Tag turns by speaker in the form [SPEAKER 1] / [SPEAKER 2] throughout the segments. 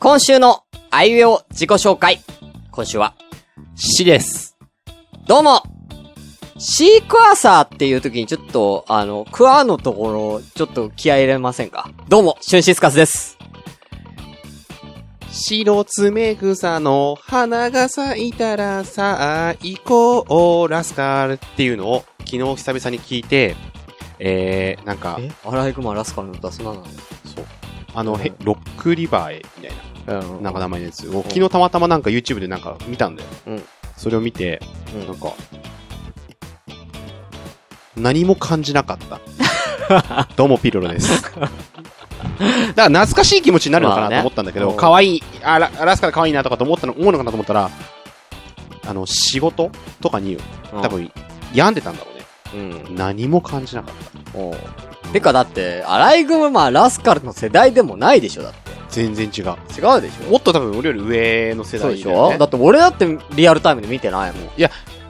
[SPEAKER 1] 今週のあいうえお自己紹介。今週は、
[SPEAKER 2] 死です。
[SPEAKER 1] どうもシークワーサーっていう時にちょっと、あの、クワのところ、ちょっと気合い入れませんかどうも、シュンシスカスです。
[SPEAKER 3] 白爪草の花が咲いたら最高ラスカルっていうのを昨日久々に聞いて、えー、なんか、
[SPEAKER 2] え
[SPEAKER 1] アライグマラスカルの歌、そんなの
[SPEAKER 3] そう。あの、へロックリバーへ、みたいな、
[SPEAKER 1] う
[SPEAKER 3] なんか名前のやつを、昨日たまたまなんか YouTube でなんか見たんだよ。
[SPEAKER 1] うん
[SPEAKER 3] それを見て、
[SPEAKER 1] うん
[SPEAKER 3] なんか、何も感じなか った。どうも、ピロロです。だから懐かしい気持ちになるのか
[SPEAKER 1] まあね
[SPEAKER 3] なと思ったんだけ
[SPEAKER 1] う
[SPEAKER 3] ど、
[SPEAKER 1] ん
[SPEAKER 3] 可、愛、いあら、アラスカで可愛いなとかと思ったの、思うのかなと思ったら、あの、仕事とかに多分、病んでたんだろうね。
[SPEAKER 1] うん。
[SPEAKER 3] 何も感じなかっ
[SPEAKER 1] おうてかだって、アライグマラスカルの世代でもないでしょだって。
[SPEAKER 3] た。全然違う。
[SPEAKER 1] 違うでしょ
[SPEAKER 3] もっと多分俺より上の
[SPEAKER 1] そ
[SPEAKER 3] 世
[SPEAKER 1] う
[SPEAKER 3] 代
[SPEAKER 1] でし
[SPEAKER 3] だよ
[SPEAKER 1] ょ
[SPEAKER 3] ね
[SPEAKER 1] だって俺だってリアルタイムで見てないもん。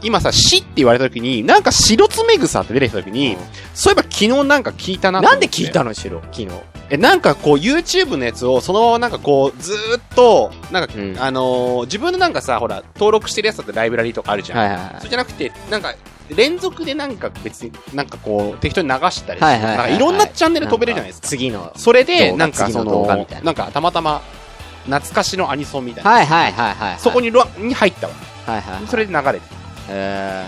[SPEAKER 3] 今さ、死って言われた時に、なんか白爪草って出てきた時に、そういえば昨日なんか聞いたなと
[SPEAKER 1] な
[SPEAKER 3] 思っ
[SPEAKER 1] ん
[SPEAKER 3] て
[SPEAKER 1] で聞いたのしろ昨日。
[SPEAKER 3] え、なんかこう YouTube のやつをそのままなんかこうずーっと、なんか、
[SPEAKER 1] うん
[SPEAKER 3] あのー自分のなんかさ、ほら、登録してるやつだってライブラリとかあるじゃん。
[SPEAKER 1] はいはいはい
[SPEAKER 3] それじゃなくて、なんか、連続でなんか別に、なんかこう、適当に流したりして、
[SPEAKER 1] はいはいはいはい
[SPEAKER 3] なんかいろんなチャンネル飛べるじゃないですか。
[SPEAKER 1] 次の。
[SPEAKER 3] それで、
[SPEAKER 1] 動画
[SPEAKER 3] なんか
[SPEAKER 1] 次の
[SPEAKER 3] そ
[SPEAKER 1] 動
[SPEAKER 3] の、
[SPEAKER 1] 画
[SPEAKER 3] な
[SPEAKER 1] みたいなん
[SPEAKER 3] かたまたま、懐かしのアニソンみたいな。
[SPEAKER 1] はいはいはいはい。
[SPEAKER 3] そこ。にロに入ったわ。
[SPEAKER 1] はいはいはい。
[SPEAKER 3] それで流れてる。
[SPEAKER 1] え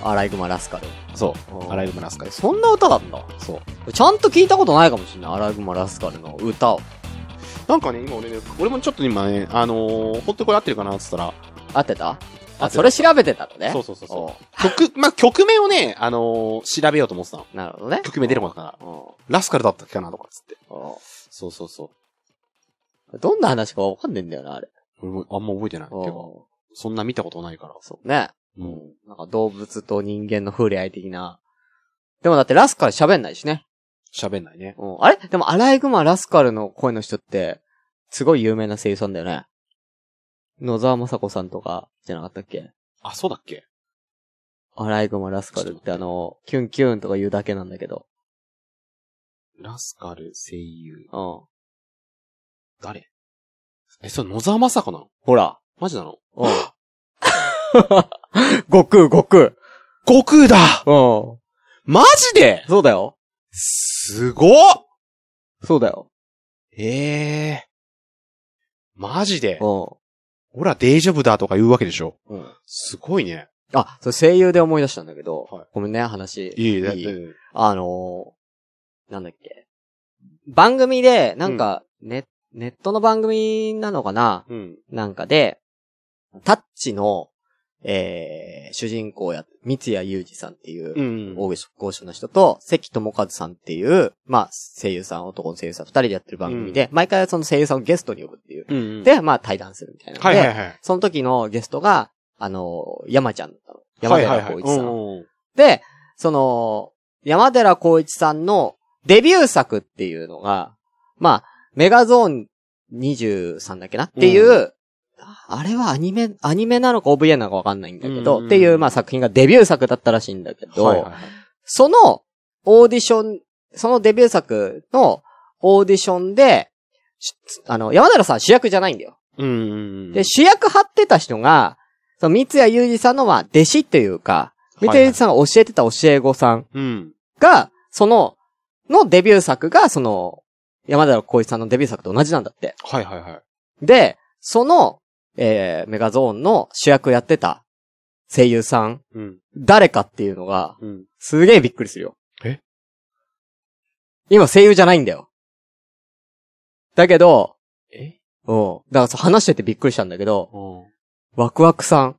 [SPEAKER 1] ー。アライグマラスカル。
[SPEAKER 3] そ
[SPEAKER 1] お
[SPEAKER 3] う。アライブマラスカです。
[SPEAKER 1] そんな歌だった
[SPEAKER 3] そう。
[SPEAKER 1] ちゃんと聞いたことないかもしれない。アライグマラスカルの歌を。
[SPEAKER 3] なんかね、今俺ね、俺もちょっと今ね、あのー、本当にこれ合ってるかなって言ったら、
[SPEAKER 1] 合ってた
[SPEAKER 3] 合
[SPEAKER 1] あ、
[SPEAKER 3] って
[SPEAKER 1] それ調べてたのね。
[SPEAKER 3] そうそうそうそうう。曲、まあ、曲名をね、あのー調べようと思ってたの。
[SPEAKER 1] なるほどね。
[SPEAKER 3] 曲名出るもんかな。
[SPEAKER 1] うん
[SPEAKER 3] ラスカルだったっけかなとかっつって。
[SPEAKER 1] う
[SPEAKER 3] そうそうそ
[SPEAKER 1] んどんな話かわかんねえんだよな、あれ。
[SPEAKER 3] う。俺もあんま覚えてない。てか
[SPEAKER 1] うん
[SPEAKER 3] そんな見たことないから。
[SPEAKER 1] そうね。
[SPEAKER 3] う
[SPEAKER 1] うん
[SPEAKER 3] ん。
[SPEAKER 1] なんか動物と人間の触れ合い的な。でもだってラスカル喋んないしね。
[SPEAKER 3] 喋んないね。
[SPEAKER 1] うん。あれでもアライグマラスカルの声の人って、すごい有名な声優さんだよね。野沢雅子さんとか、じゃなかったっけ
[SPEAKER 3] あ、そうだっけ
[SPEAKER 1] アライグマラスカルってあの、キュンキュンとか言うだけなんだけど。
[SPEAKER 3] ラスカル声優。
[SPEAKER 1] うん。
[SPEAKER 3] 誰え、それ野沢雅子なの
[SPEAKER 1] ほら。
[SPEAKER 3] マジなの
[SPEAKER 1] うん。 悟空、悟空。
[SPEAKER 3] 悟空だ
[SPEAKER 1] うん。
[SPEAKER 3] マジで
[SPEAKER 1] そうだよ。
[SPEAKER 3] すごっ
[SPEAKER 1] そうだよ。
[SPEAKER 3] ええマジで
[SPEAKER 1] う
[SPEAKER 3] ほら、デイジョブだとか言うわけでしょ
[SPEAKER 1] ん。うん。
[SPEAKER 3] すごいね。
[SPEAKER 1] あ、そう、声優で思い出したんだけど。
[SPEAKER 3] はい
[SPEAKER 1] ごめんね、話。
[SPEAKER 3] いい、だっ
[SPEAKER 1] い
[SPEAKER 3] て、
[SPEAKER 1] あのー、なんだっけ。番組で、なんか、ネネットの番組なのかな
[SPEAKER 3] うん。
[SPEAKER 1] なんかで、タッチの、えー、主人公や、三谷裕二さんっていう、
[SPEAKER 3] うん
[SPEAKER 1] 大御所の人と、関智和さんっていう、まあ、声優さん、男の声優さん、二人でやってる番組で、毎回その声優さんをゲストに呼ぶっていう。
[SPEAKER 3] うんで、
[SPEAKER 1] で、まあ、対談するみたいなので、
[SPEAKER 3] はいはいはい。
[SPEAKER 1] その時のゲストが、あの、山ちゃんだったの。山
[SPEAKER 3] はいはい
[SPEAKER 1] 寺
[SPEAKER 3] はい
[SPEAKER 1] 宏一さん。
[SPEAKER 3] うん
[SPEAKER 1] で、その、山寺宏一さんのデビュー作っていうのが、まあ、メガゾーン23だっけなっていう、
[SPEAKER 3] う
[SPEAKER 1] あれはアニメ、アニメなのか OVA なのかわかんないんだけど、
[SPEAKER 3] うん
[SPEAKER 1] っていう、まあ作品がデビュー作だったらしいんだけど、
[SPEAKER 3] はいはいはい
[SPEAKER 1] そのオーディション、そのデビュー作のオーディションで、しあの、山寺さん主役じゃないんだよ。
[SPEAKER 3] うんうんうん。
[SPEAKER 1] で、主役張ってた人が、その三谷裕二さんのまあ弟子というか、三谷裕二さんが教えてた教え子さん
[SPEAKER 3] うん。
[SPEAKER 1] が、その、のデビュー作が、その、山寺宏一さんのデビュー作と同じなんだって。
[SPEAKER 3] はいはいはい。
[SPEAKER 1] で、その、えー、メガゾーンの主役やってた声優さん、
[SPEAKER 3] うん。
[SPEAKER 1] 誰かっていうのが、
[SPEAKER 3] うん。
[SPEAKER 1] すげえびっくりするよ。
[SPEAKER 3] え
[SPEAKER 1] 今声優じゃないんだよ。だけど、
[SPEAKER 3] え
[SPEAKER 1] うん。だからそう話しててびっくりしたんだけど、
[SPEAKER 3] うん。
[SPEAKER 1] ワクワクさん。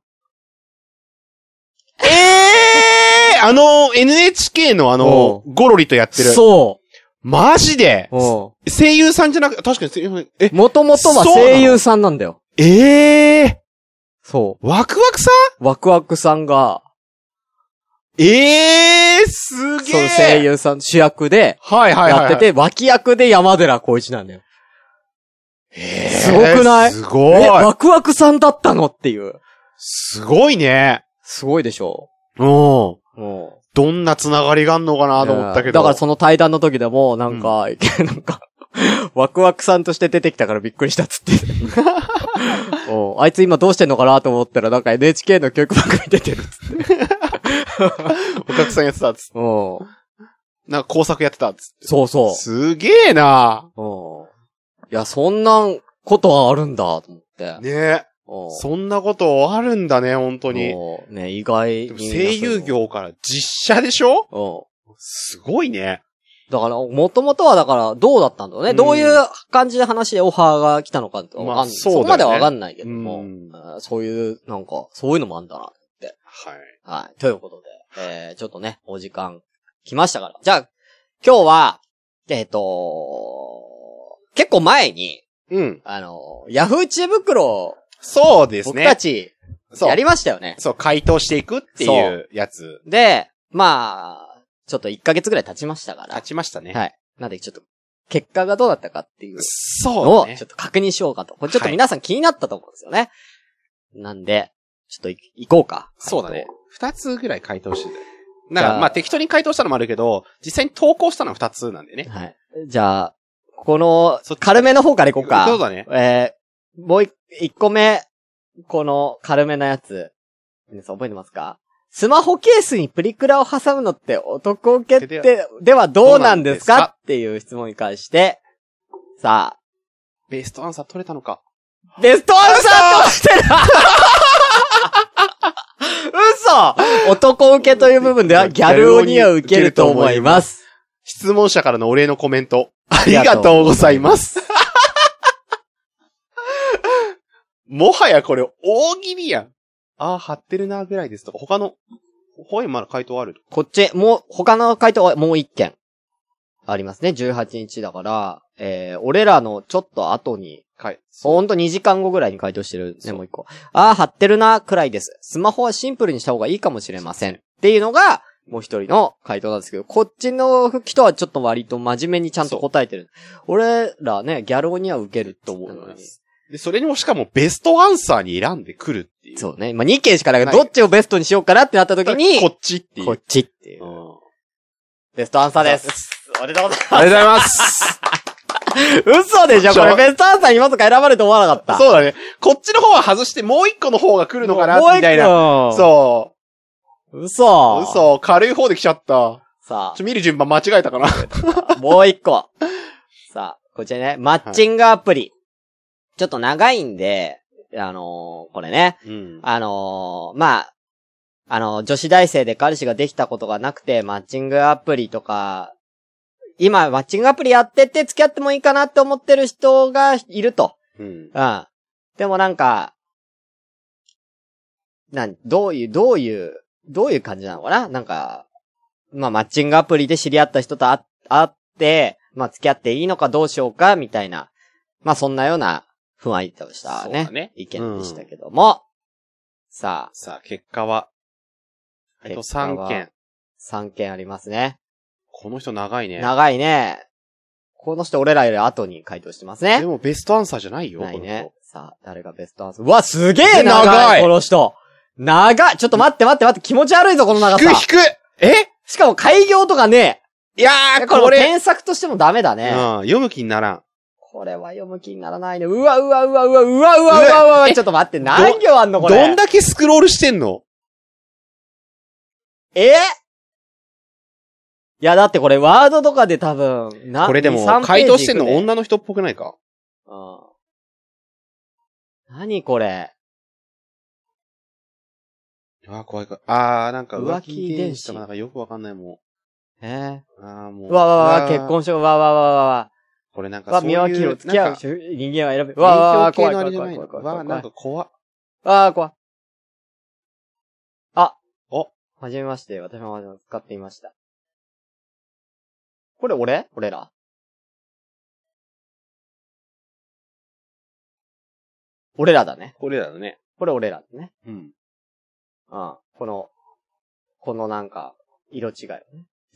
[SPEAKER 3] ええあの、NHK のあの、ゴロリとやってる。
[SPEAKER 1] そ
[SPEAKER 3] マジで
[SPEAKER 1] う。うん。
[SPEAKER 3] 声優さんじゃなくて、確かに声優さん、え、
[SPEAKER 1] もともとは声優さんなんだよ。
[SPEAKER 3] ええ
[SPEAKER 1] そ
[SPEAKER 3] ワクワクさん
[SPEAKER 1] う。ワクワクさんが、
[SPEAKER 3] ええすげえ
[SPEAKER 1] そう、声。優さん、主役で、
[SPEAKER 3] はいはいはい
[SPEAKER 1] や
[SPEAKER 3] は
[SPEAKER 1] っ
[SPEAKER 3] い。
[SPEAKER 1] てて、脇役で山寺宏一なんだよ。
[SPEAKER 3] えー
[SPEAKER 1] すごくない
[SPEAKER 3] す
[SPEAKER 1] え、
[SPEAKER 3] ごい。
[SPEAKER 1] ワクワクさんだったのっていう。
[SPEAKER 3] すごいね。
[SPEAKER 1] すごいでしょ
[SPEAKER 3] うん。
[SPEAKER 1] う。うん。
[SPEAKER 3] どんなつながりがあんのかなと思ったけ ど。
[SPEAKER 1] だからその対談の時でも、なんか、なんか、ワクワクさんとして出てきたからびっくりしたっつって。 おうあいつ今どうしてんのかなと思ったらなんか NHK の教育番組出てるっつって。
[SPEAKER 3] お客さんやってたっつって。
[SPEAKER 1] おう
[SPEAKER 3] なんか工作やってたっつって。
[SPEAKER 1] そうそう。
[SPEAKER 3] すげえな
[SPEAKER 1] おういや、そんなことはあるんだ、と思って。
[SPEAKER 3] ねえ。
[SPEAKER 1] おう
[SPEAKER 3] そんなことあるんだね、本当に。
[SPEAKER 1] おうね、意外
[SPEAKER 3] でも
[SPEAKER 1] に。
[SPEAKER 3] 声優。業から実写でしょ
[SPEAKER 1] おう
[SPEAKER 3] すごいね。
[SPEAKER 1] だから、もともとはだから、どうだったんだろうね。
[SPEAKER 3] うん
[SPEAKER 1] どういう感じで話でオファーが来たのかとかわかんない、
[SPEAKER 3] まあそうだよね
[SPEAKER 1] こまではわかんないけども、
[SPEAKER 3] うん
[SPEAKER 1] あーそういう、なんか、そういうのもあんだな。
[SPEAKER 3] はい。
[SPEAKER 1] はい。ということで、えー、ちょっとね、お時間来ましたから。じゃあ、今日は、えっ、と結構前に、
[SPEAKER 3] うん。
[SPEAKER 1] あのヤフー知恵袋を
[SPEAKER 3] そうです
[SPEAKER 1] 僕た
[SPEAKER 3] ね。
[SPEAKER 1] ち、
[SPEAKER 3] そ
[SPEAKER 1] や
[SPEAKER 3] う。
[SPEAKER 1] りましたよね。
[SPEAKER 3] そう、回答していくって
[SPEAKER 1] そ
[SPEAKER 3] いうやつ。
[SPEAKER 1] で、まあ、ちょっと1ヶ月ぐらい経ちましたから。
[SPEAKER 3] 立ちましたね。
[SPEAKER 1] はい。なんで、ちょっと、結果がどうだったかっていうの
[SPEAKER 3] そ
[SPEAKER 1] を、
[SPEAKER 3] うね
[SPEAKER 1] ちょっ。と確認しようかと。これちょっと皆さん気になったと思うんですよね。なんで、ちょっとい行こうか。
[SPEAKER 3] そうだね。二つぐらい回答してたよ。だ
[SPEAKER 1] じ
[SPEAKER 3] か
[SPEAKER 1] ゃ
[SPEAKER 3] ら、
[SPEAKER 1] あ
[SPEAKER 3] まあ適当に回答したのもあるけど、実際に投稿したのは二つなんでね。
[SPEAKER 1] はい。じゃあ、この
[SPEAKER 3] そっ、ち
[SPEAKER 1] 軽めの方から行こうか。
[SPEAKER 3] そうだね。
[SPEAKER 1] えー、もう一一個目、この軽めなやつ。皆さん覚えてますかスマホケースにプリクラを挟むのって男受けってではどうなんです
[SPEAKER 3] どうなんです
[SPEAKER 1] かっていう質問に関して、さ
[SPEAKER 3] ベストアンサー取れたのか。
[SPEAKER 1] あ、ベストアンサーとしてる 嘘男受けという部分ではギャル鬼は受けると思います。
[SPEAKER 3] 質問者からのお礼のコメント。あり
[SPEAKER 1] りが
[SPEAKER 3] がと
[SPEAKER 1] と
[SPEAKER 3] う
[SPEAKER 1] う
[SPEAKER 3] ご
[SPEAKER 1] ご
[SPEAKER 3] ざ
[SPEAKER 1] ざ
[SPEAKER 3] い
[SPEAKER 1] い
[SPEAKER 3] ま。
[SPEAKER 1] ます
[SPEAKER 3] もはやこれ、大喜利やん。ああ、貼ってるな、ぐらいですとか、他の、ほいまだ回答ある。
[SPEAKER 1] こっち、もう、他の回答はもう一件。ありますね。18日だから、えー、俺らのちょっと後に、
[SPEAKER 3] はい。
[SPEAKER 1] ほんと2時間後ぐらいに回答してる
[SPEAKER 3] そ
[SPEAKER 1] ね、
[SPEAKER 3] う
[SPEAKER 1] もう一個。あー、貼ってるな、くらいです。スマホはシンプルにした方がいいかもしれません。っていうのが、もう一人の回答なんですけど、こっちの人はちょっと割と真面目にちゃんと答えてる。俺らね、ギャルには受けると思うのに。
[SPEAKER 3] で、それにもしかもベストアンサーに選んでくるっていう。
[SPEAKER 1] そうね。まあ、2件しかないから、
[SPEAKER 3] は
[SPEAKER 1] ど
[SPEAKER 3] い
[SPEAKER 1] っちをベストにしようかなってなった時に、
[SPEAKER 3] こっちっていう。
[SPEAKER 1] こっちっていうう。
[SPEAKER 3] ん
[SPEAKER 1] ベストアンサーです。おめでとうございます。
[SPEAKER 3] ありがとうございます。
[SPEAKER 1] 嘘でしょ
[SPEAKER 3] そう
[SPEAKER 1] これベストアンサーにまさか選ばれると思わなかった。
[SPEAKER 3] そうだね。こっちの方は外して、もう一個の方が来るのかな、
[SPEAKER 1] もう
[SPEAKER 3] みたいな。
[SPEAKER 1] なう。
[SPEAKER 3] そ
[SPEAKER 1] 嘘
[SPEAKER 3] う。。。嘘。軽い方で来ちゃった。
[SPEAKER 1] さ
[SPEAKER 3] ちょ、見る順番間違えたかな。
[SPEAKER 1] あ、 もう一個。さあ、こちらね、マッチングアプリ。ちょっと長いんで、あのーこれね、
[SPEAKER 3] うん。
[SPEAKER 1] あのーまあ、あのー女子大生で彼氏ができたことがなくて、マッチングアプリとか、今、マッチングアプリやってて付き合ってもいいかなって思ってる人がいると。
[SPEAKER 3] うん。
[SPEAKER 1] うん。でもなんか、なん、どういう、どういう、どういう感じなのかななんか、まあ、マッチングアプリで知り合った人とあ会って、まあ、付き合っていいのかどうしようか、みたいな。まあ、そんなような不安とした
[SPEAKER 3] そう
[SPEAKER 1] ね
[SPEAKER 3] だね
[SPEAKER 1] 意見でしたけども。さ
[SPEAKER 3] さあ、結果は。あ
[SPEAKER 1] 結
[SPEAKER 3] と
[SPEAKER 1] 果は
[SPEAKER 3] 3件。
[SPEAKER 1] あ、3件ありますね。
[SPEAKER 3] この人長いね。
[SPEAKER 1] 長いね。この人俺らより後に回答してます
[SPEAKER 3] で
[SPEAKER 1] ね。
[SPEAKER 3] もベストアンサーじゃないよ。
[SPEAKER 1] ないね
[SPEAKER 3] こ。
[SPEAKER 1] さあ、誰がベストアンサーうわ、すげえ長い
[SPEAKER 3] 長い
[SPEAKER 1] この人長いちょっと待って待って待って、気持ち悪いぞ、この
[SPEAKER 3] の
[SPEAKER 1] 長
[SPEAKER 3] 人。
[SPEAKER 1] さ
[SPEAKER 3] 引く引くえ
[SPEAKER 1] しかも開業とかね
[SPEAKER 3] いや
[SPEAKER 1] え
[SPEAKER 3] ー、
[SPEAKER 1] こ
[SPEAKER 3] こ
[SPEAKER 1] れ、
[SPEAKER 3] れ。
[SPEAKER 1] 添削としてもダメだ
[SPEAKER 3] うん
[SPEAKER 1] ね。。
[SPEAKER 3] 読む気にならん。
[SPEAKER 1] これは読む気にならないね。うわ、うわ、うわ、うわ、うわ、うわ、うわ、うわ、
[SPEAKER 3] え
[SPEAKER 1] ちょっと待って、何行あんのこれ。
[SPEAKER 3] どんだけスクロールしてんの
[SPEAKER 1] えいや、だってこれ、ワードとかで多分、な、
[SPEAKER 3] これでも
[SPEAKER 1] 2、3
[SPEAKER 3] 回答してんの
[SPEAKER 1] ページいくね
[SPEAKER 3] 女の人っぽくないか
[SPEAKER 1] うん。何これ。
[SPEAKER 3] あー怖い怖い。あー、なんか浮
[SPEAKER 1] 浮
[SPEAKER 3] 気
[SPEAKER 1] 気
[SPEAKER 3] 電
[SPEAKER 1] 電
[SPEAKER 3] 子
[SPEAKER 1] 子
[SPEAKER 3] とかなんかよくわかんないも
[SPEAKER 1] え
[SPEAKER 3] ん。あーも
[SPEAKER 1] ー、
[SPEAKER 3] う。
[SPEAKER 1] うわわわ
[SPEAKER 3] あ
[SPEAKER 1] わ、
[SPEAKER 3] ー
[SPEAKER 1] 結。婚しよう。わわわわわわ。
[SPEAKER 3] これなんか
[SPEAKER 1] わ、
[SPEAKER 3] そう
[SPEAKER 1] 見
[SPEAKER 3] いう。
[SPEAKER 1] 分けろ、付き
[SPEAKER 3] な
[SPEAKER 1] 合
[SPEAKER 3] ん
[SPEAKER 1] う
[SPEAKER 3] か。
[SPEAKER 1] 人間は選べ。わ
[SPEAKER 3] わ
[SPEAKER 1] あわあわ
[SPEAKER 3] わ
[SPEAKER 1] あ、
[SPEAKER 3] 系
[SPEAKER 1] 怖い
[SPEAKER 3] のあ
[SPEAKER 1] 怖
[SPEAKER 3] れ
[SPEAKER 1] い
[SPEAKER 3] じゃ
[SPEAKER 1] 怖
[SPEAKER 3] ない
[SPEAKER 1] い
[SPEAKER 3] の
[SPEAKER 1] 怖い怖い怖
[SPEAKER 3] わー、
[SPEAKER 1] い
[SPEAKER 3] なんか怖っ。
[SPEAKER 1] わあ、怖い。あ。
[SPEAKER 3] お。
[SPEAKER 1] はじめまして、私も使っていました。これ俺俺ら俺らだね。
[SPEAKER 3] これだね。
[SPEAKER 1] これ俺らだね。
[SPEAKER 3] うん。
[SPEAKER 1] うん。この、このなんか、色違い。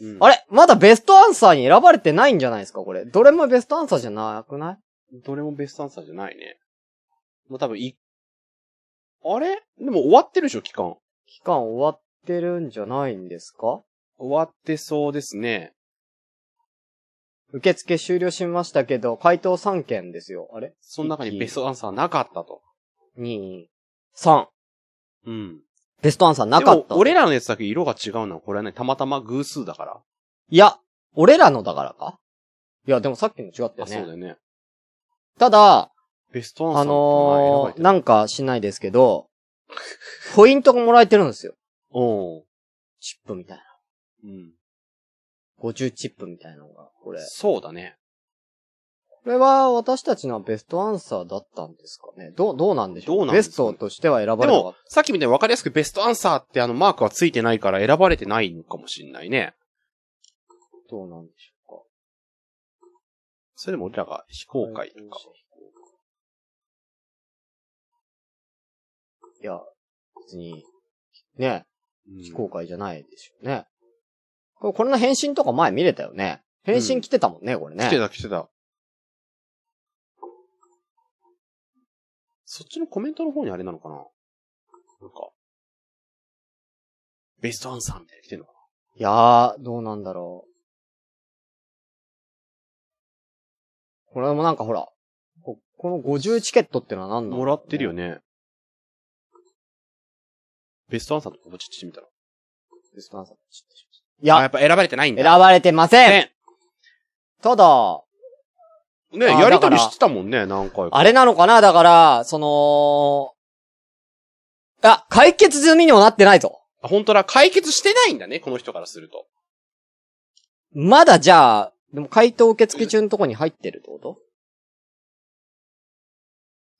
[SPEAKER 3] うん
[SPEAKER 1] あれまだベストアンサーに選ばれてないんじゃないですかこれ。どれもベストアンサーじゃなくない
[SPEAKER 3] どれもベストアンサーじゃないね。もう多分い、あれでも終わってるでしょ、期間。
[SPEAKER 1] 期間終わってるんじゃないんですか
[SPEAKER 3] 終わってそうですね。
[SPEAKER 1] 受付終了しましたけど、回答3件ですよ。あれ
[SPEAKER 3] その中にベストアンサーなかったと。
[SPEAKER 1] ?2、3。
[SPEAKER 3] うん。
[SPEAKER 1] ベストアンサーなかっ
[SPEAKER 3] で
[SPEAKER 1] た。
[SPEAKER 3] も俺らのやつだけ色が違うのは、これはね、たまたま偶数だから。
[SPEAKER 1] いや、俺らのだからかいや、でもさっきの違ったよ
[SPEAKER 3] あ、そうだ
[SPEAKER 1] ね。
[SPEAKER 3] よね。
[SPEAKER 1] ただ、
[SPEAKER 3] ベストアンサー
[SPEAKER 1] あのー、
[SPEAKER 3] な
[SPEAKER 1] なんんかしないですけど、ポイントがもらえてるんですよ。
[SPEAKER 3] おう
[SPEAKER 1] チップみたいな。
[SPEAKER 3] うん。
[SPEAKER 1] 50チップみたいなのが、これ。
[SPEAKER 3] そうだね。
[SPEAKER 1] これは私たちのベストアンサーだったんですかねどう、どうなんでしょう
[SPEAKER 3] どうなんで
[SPEAKER 1] ベ
[SPEAKER 3] す
[SPEAKER 1] ス
[SPEAKER 3] かね
[SPEAKER 1] トとしては選ばれ
[SPEAKER 3] で
[SPEAKER 1] なかっ
[SPEAKER 3] も、さっきみたいに分かりやすくベストアンサーってあのマークはついてないから選ばれてないのかもしんないね。
[SPEAKER 1] た。どうなんでしょ
[SPEAKER 3] それでも俺らが非
[SPEAKER 1] う
[SPEAKER 3] 公
[SPEAKER 1] か
[SPEAKER 3] 開か。
[SPEAKER 1] いや、別に、ね、非公開じゃないでしょうね。これ、こんな返信とか前見れたよね。返信来てたもんね、これね。
[SPEAKER 3] 来てた来てた。そっちのコメントの方にあれなのかななんか。ベストアンサーみたいに来てんのか
[SPEAKER 1] いやー、どうなんだろう。これもなんかほら、ここの50チケットってのは何
[SPEAKER 3] な
[SPEAKER 1] なの
[SPEAKER 3] もらってるよ。ね。ベストアンサーとかポチッしてみたら。
[SPEAKER 1] ベストアンサーい
[SPEAKER 3] いや、や
[SPEAKER 1] や
[SPEAKER 3] っ、ぱ選ばれてないん
[SPEAKER 1] 選
[SPEAKER 3] だ。
[SPEAKER 1] ばれてません
[SPEAKER 3] ね
[SPEAKER 1] ただ、
[SPEAKER 3] ね
[SPEAKER 1] あ
[SPEAKER 3] や
[SPEAKER 1] だ
[SPEAKER 3] り
[SPEAKER 1] か
[SPEAKER 3] と
[SPEAKER 1] ら
[SPEAKER 3] りしてたもんね、何回か。
[SPEAKER 1] あれなのかなだから、その、あ、解決済みにもなってないぞ。
[SPEAKER 3] あ本当だ、解決してないんだね、この人からすると。
[SPEAKER 1] まだじゃあ、でも回答受付中のとこに入ってるってこと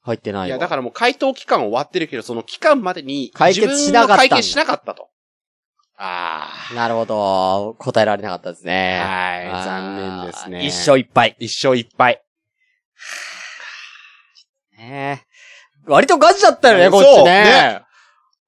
[SPEAKER 1] 入ってないわ
[SPEAKER 3] いや、だからもう回答期間終わってるけど、その期間までに、
[SPEAKER 1] 解決しなかったんだ
[SPEAKER 3] 自分の解決しなかったと。あ
[SPEAKER 1] なるほど。答えられなかったです
[SPEAKER 3] あ。
[SPEAKER 1] ね。
[SPEAKER 3] はい
[SPEAKER 1] あー
[SPEAKER 3] 残念ですね。
[SPEAKER 1] 一生いっぱい。
[SPEAKER 3] 一生いっぱい。
[SPEAKER 1] ねえ割とガチだったよね、
[SPEAKER 3] そう
[SPEAKER 1] こっちね。
[SPEAKER 3] ね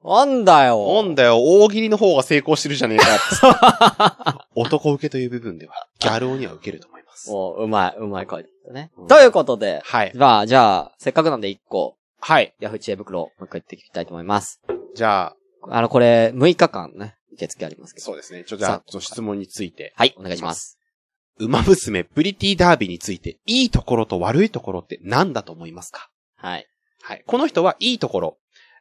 [SPEAKER 1] なんだよ。
[SPEAKER 3] なんだよ、大喜利の方が成功してるじゃねえかっつ って。男受けという部分では、ギャル男には受けると思います。
[SPEAKER 1] おうまい、うまい回だったね。
[SPEAKER 3] うん
[SPEAKER 1] ということで、
[SPEAKER 3] はい。
[SPEAKER 1] まあ、じゃあ、せっかくなんで1個、
[SPEAKER 3] はい。
[SPEAKER 1] ヤフー知恵袋、もう一回行っていきたいと思います。
[SPEAKER 3] じゃあ、
[SPEAKER 1] あの、これ、6日間ね、受付ありますけど。
[SPEAKER 3] そうですね。ちょ、じゃ
[SPEAKER 1] さ
[SPEAKER 3] あ、ちょ質問について。
[SPEAKER 1] はい、お願いします。
[SPEAKER 3] 馬娘プリティダービーについて、いいところと悪いところって何だと思いますか
[SPEAKER 1] はい。
[SPEAKER 3] はい。この人はいいところ。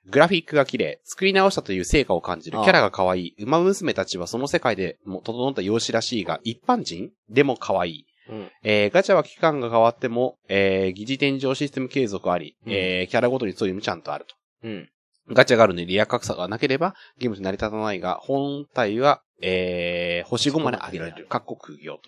[SPEAKER 3] グラフィックが綺麗、作り直したという成果を感じる、
[SPEAKER 1] ああ
[SPEAKER 3] キャラが可愛い、馬娘たちはその世界でも整った容姿らしいが、一般人でも可愛い。
[SPEAKER 1] うん。
[SPEAKER 3] えー、ガチャは期間が変わっても、えー、疑似転生システム継続あり、
[SPEAKER 1] うん
[SPEAKER 3] えー、キャラごとにそういうちゃんとあると。
[SPEAKER 1] うん。
[SPEAKER 3] ガチャがあるのにリア格差がなければ、ゲームと成り立たないが、本体は、えー、星5まで上げられる。かっこ苦行と。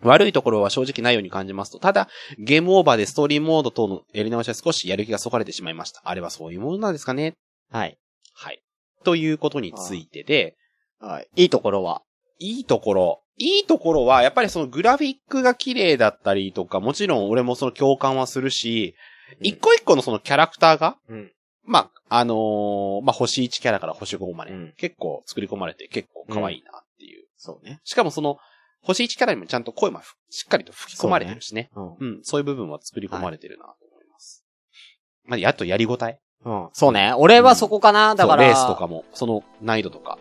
[SPEAKER 3] 悪いところは正直ないように感じますと、ただ、ゲームオーバーでストーリーモード等のやり直しは少しやる気がそがれてしまいました。あれはそういうものなんですかね
[SPEAKER 1] はい。
[SPEAKER 3] はい。ということについてで、
[SPEAKER 1] はい。いいところは。
[SPEAKER 3] いいところ。いいところは、やっぱりそのグラフィックが綺麗だったりとか、もちろん俺もその共感はするし、
[SPEAKER 1] うん
[SPEAKER 3] 一個一個のそのキャラクターが、
[SPEAKER 1] うん。
[SPEAKER 3] まあ、あのーまあ、星1キャラから星5まで、
[SPEAKER 1] うん
[SPEAKER 3] 結構作り込まれて結構可愛いなっていう。
[SPEAKER 1] そうね。
[SPEAKER 3] しかもその、星1キャラにもちゃんと声もふしっかりと吹き込まれてるしね。
[SPEAKER 1] うん。う
[SPEAKER 3] うん、そういう部分は作り込まれてるなと思います。まあ、やっとやりごたえ。
[SPEAKER 1] ん。そうね。俺はそこかな、だから。
[SPEAKER 3] そうレースとかも、その難易度とか。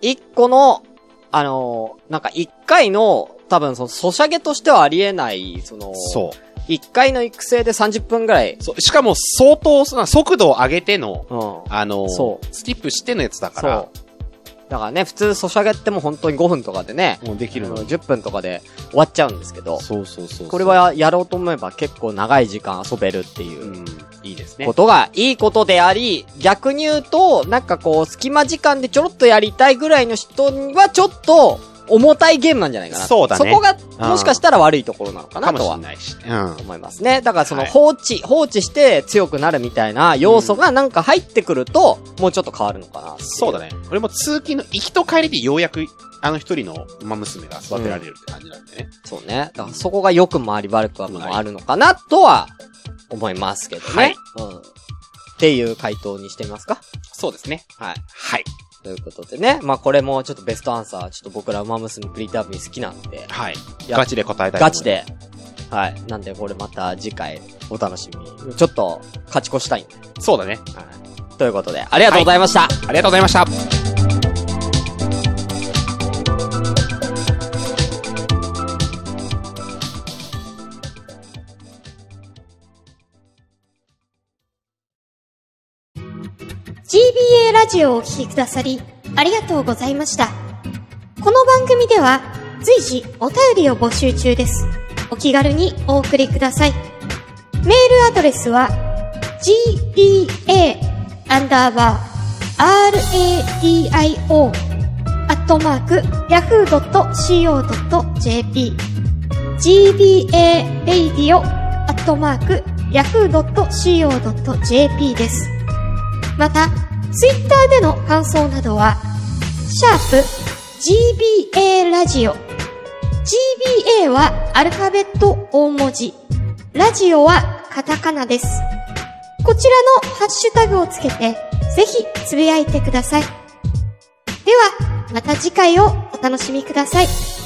[SPEAKER 1] 一個の、あのーなんか一回の、多分その、ソシャゲとしてはありえない、その、
[SPEAKER 3] そ
[SPEAKER 1] 一回の育成で30分ぐらい。
[SPEAKER 3] う。そうしかも、相当、その速度を上げての、
[SPEAKER 1] うん。そ
[SPEAKER 3] あのー
[SPEAKER 1] そう
[SPEAKER 3] スキップしてのやつだ
[SPEAKER 1] う。だ
[SPEAKER 3] か、
[SPEAKER 1] かららね、普通ソシャゲってもう本当に5分とかでね、
[SPEAKER 3] もうできるの
[SPEAKER 1] あの。10分とかで終わっちゃうんですけど、
[SPEAKER 3] そうそうそうそう。、
[SPEAKER 1] これ、はやろうと思えば結構長い時間遊べるっていううん
[SPEAKER 3] いいですね
[SPEAKER 1] こ。とがいいことであり、逆に言うと、なんかこう、隙間時間でちょろっとやりたいぐらいの人にはちょっと、重たいゲームなんじゃないかな。
[SPEAKER 3] そうだね
[SPEAKER 1] そこが、もしかしたら悪いところなのか
[SPEAKER 3] か
[SPEAKER 1] な
[SPEAKER 3] も
[SPEAKER 1] と
[SPEAKER 3] し
[SPEAKER 1] は
[SPEAKER 3] んないし。うん。
[SPEAKER 1] 思いますね。だからその
[SPEAKER 3] はい
[SPEAKER 1] 放置、放置して強くなるみたいな要素がなんか入ってくると、もうちょっと変わるのかな。
[SPEAKER 3] そうだ
[SPEAKER 1] ね。
[SPEAKER 3] ね。俺も通勤の行きと帰りでようやく、あの一人の馬娘が育てられるって感じなんでね。
[SPEAKER 1] そうね。だからそこが良くもあり悪くもあるのかなとは思いますけどね。
[SPEAKER 3] はい
[SPEAKER 1] うん。っていう回答にしてみますか。
[SPEAKER 3] そうですね。
[SPEAKER 1] はい。
[SPEAKER 3] はい。
[SPEAKER 1] ということでね。まあこれもちょっとベストアンサー、ちょっと僕ら馬娘プリタービー好きなんで、
[SPEAKER 3] はい。
[SPEAKER 1] や
[SPEAKER 3] ガチで答えたいと思いま
[SPEAKER 1] ガ
[SPEAKER 3] す
[SPEAKER 1] チ。で。はい。なんでこれまた次回お楽しみに。ちょっと勝ち越したいんで。
[SPEAKER 3] そうだね。
[SPEAKER 1] はい。ということで、ありがとうございました。
[SPEAKER 3] ありがとうございました。
[SPEAKER 2] GBA ラジオをお聴きくださり、ありがとうございました。この番組では、随時お便りを募集中です。お気軽にお送りください。メールアドレスは、gba, アンダーバー、radio, アットマーク、yahoo.co.jp gba-radio-yahoo.co.jp です。また、ツイッターでの感想などは、シャープ gba ラジオ。gba はアルファベット大文字。ラジオはカタカナです。こちらのハッシュタグをつけて、ぜひつぶやいてください。では、また次回をお楽しみください。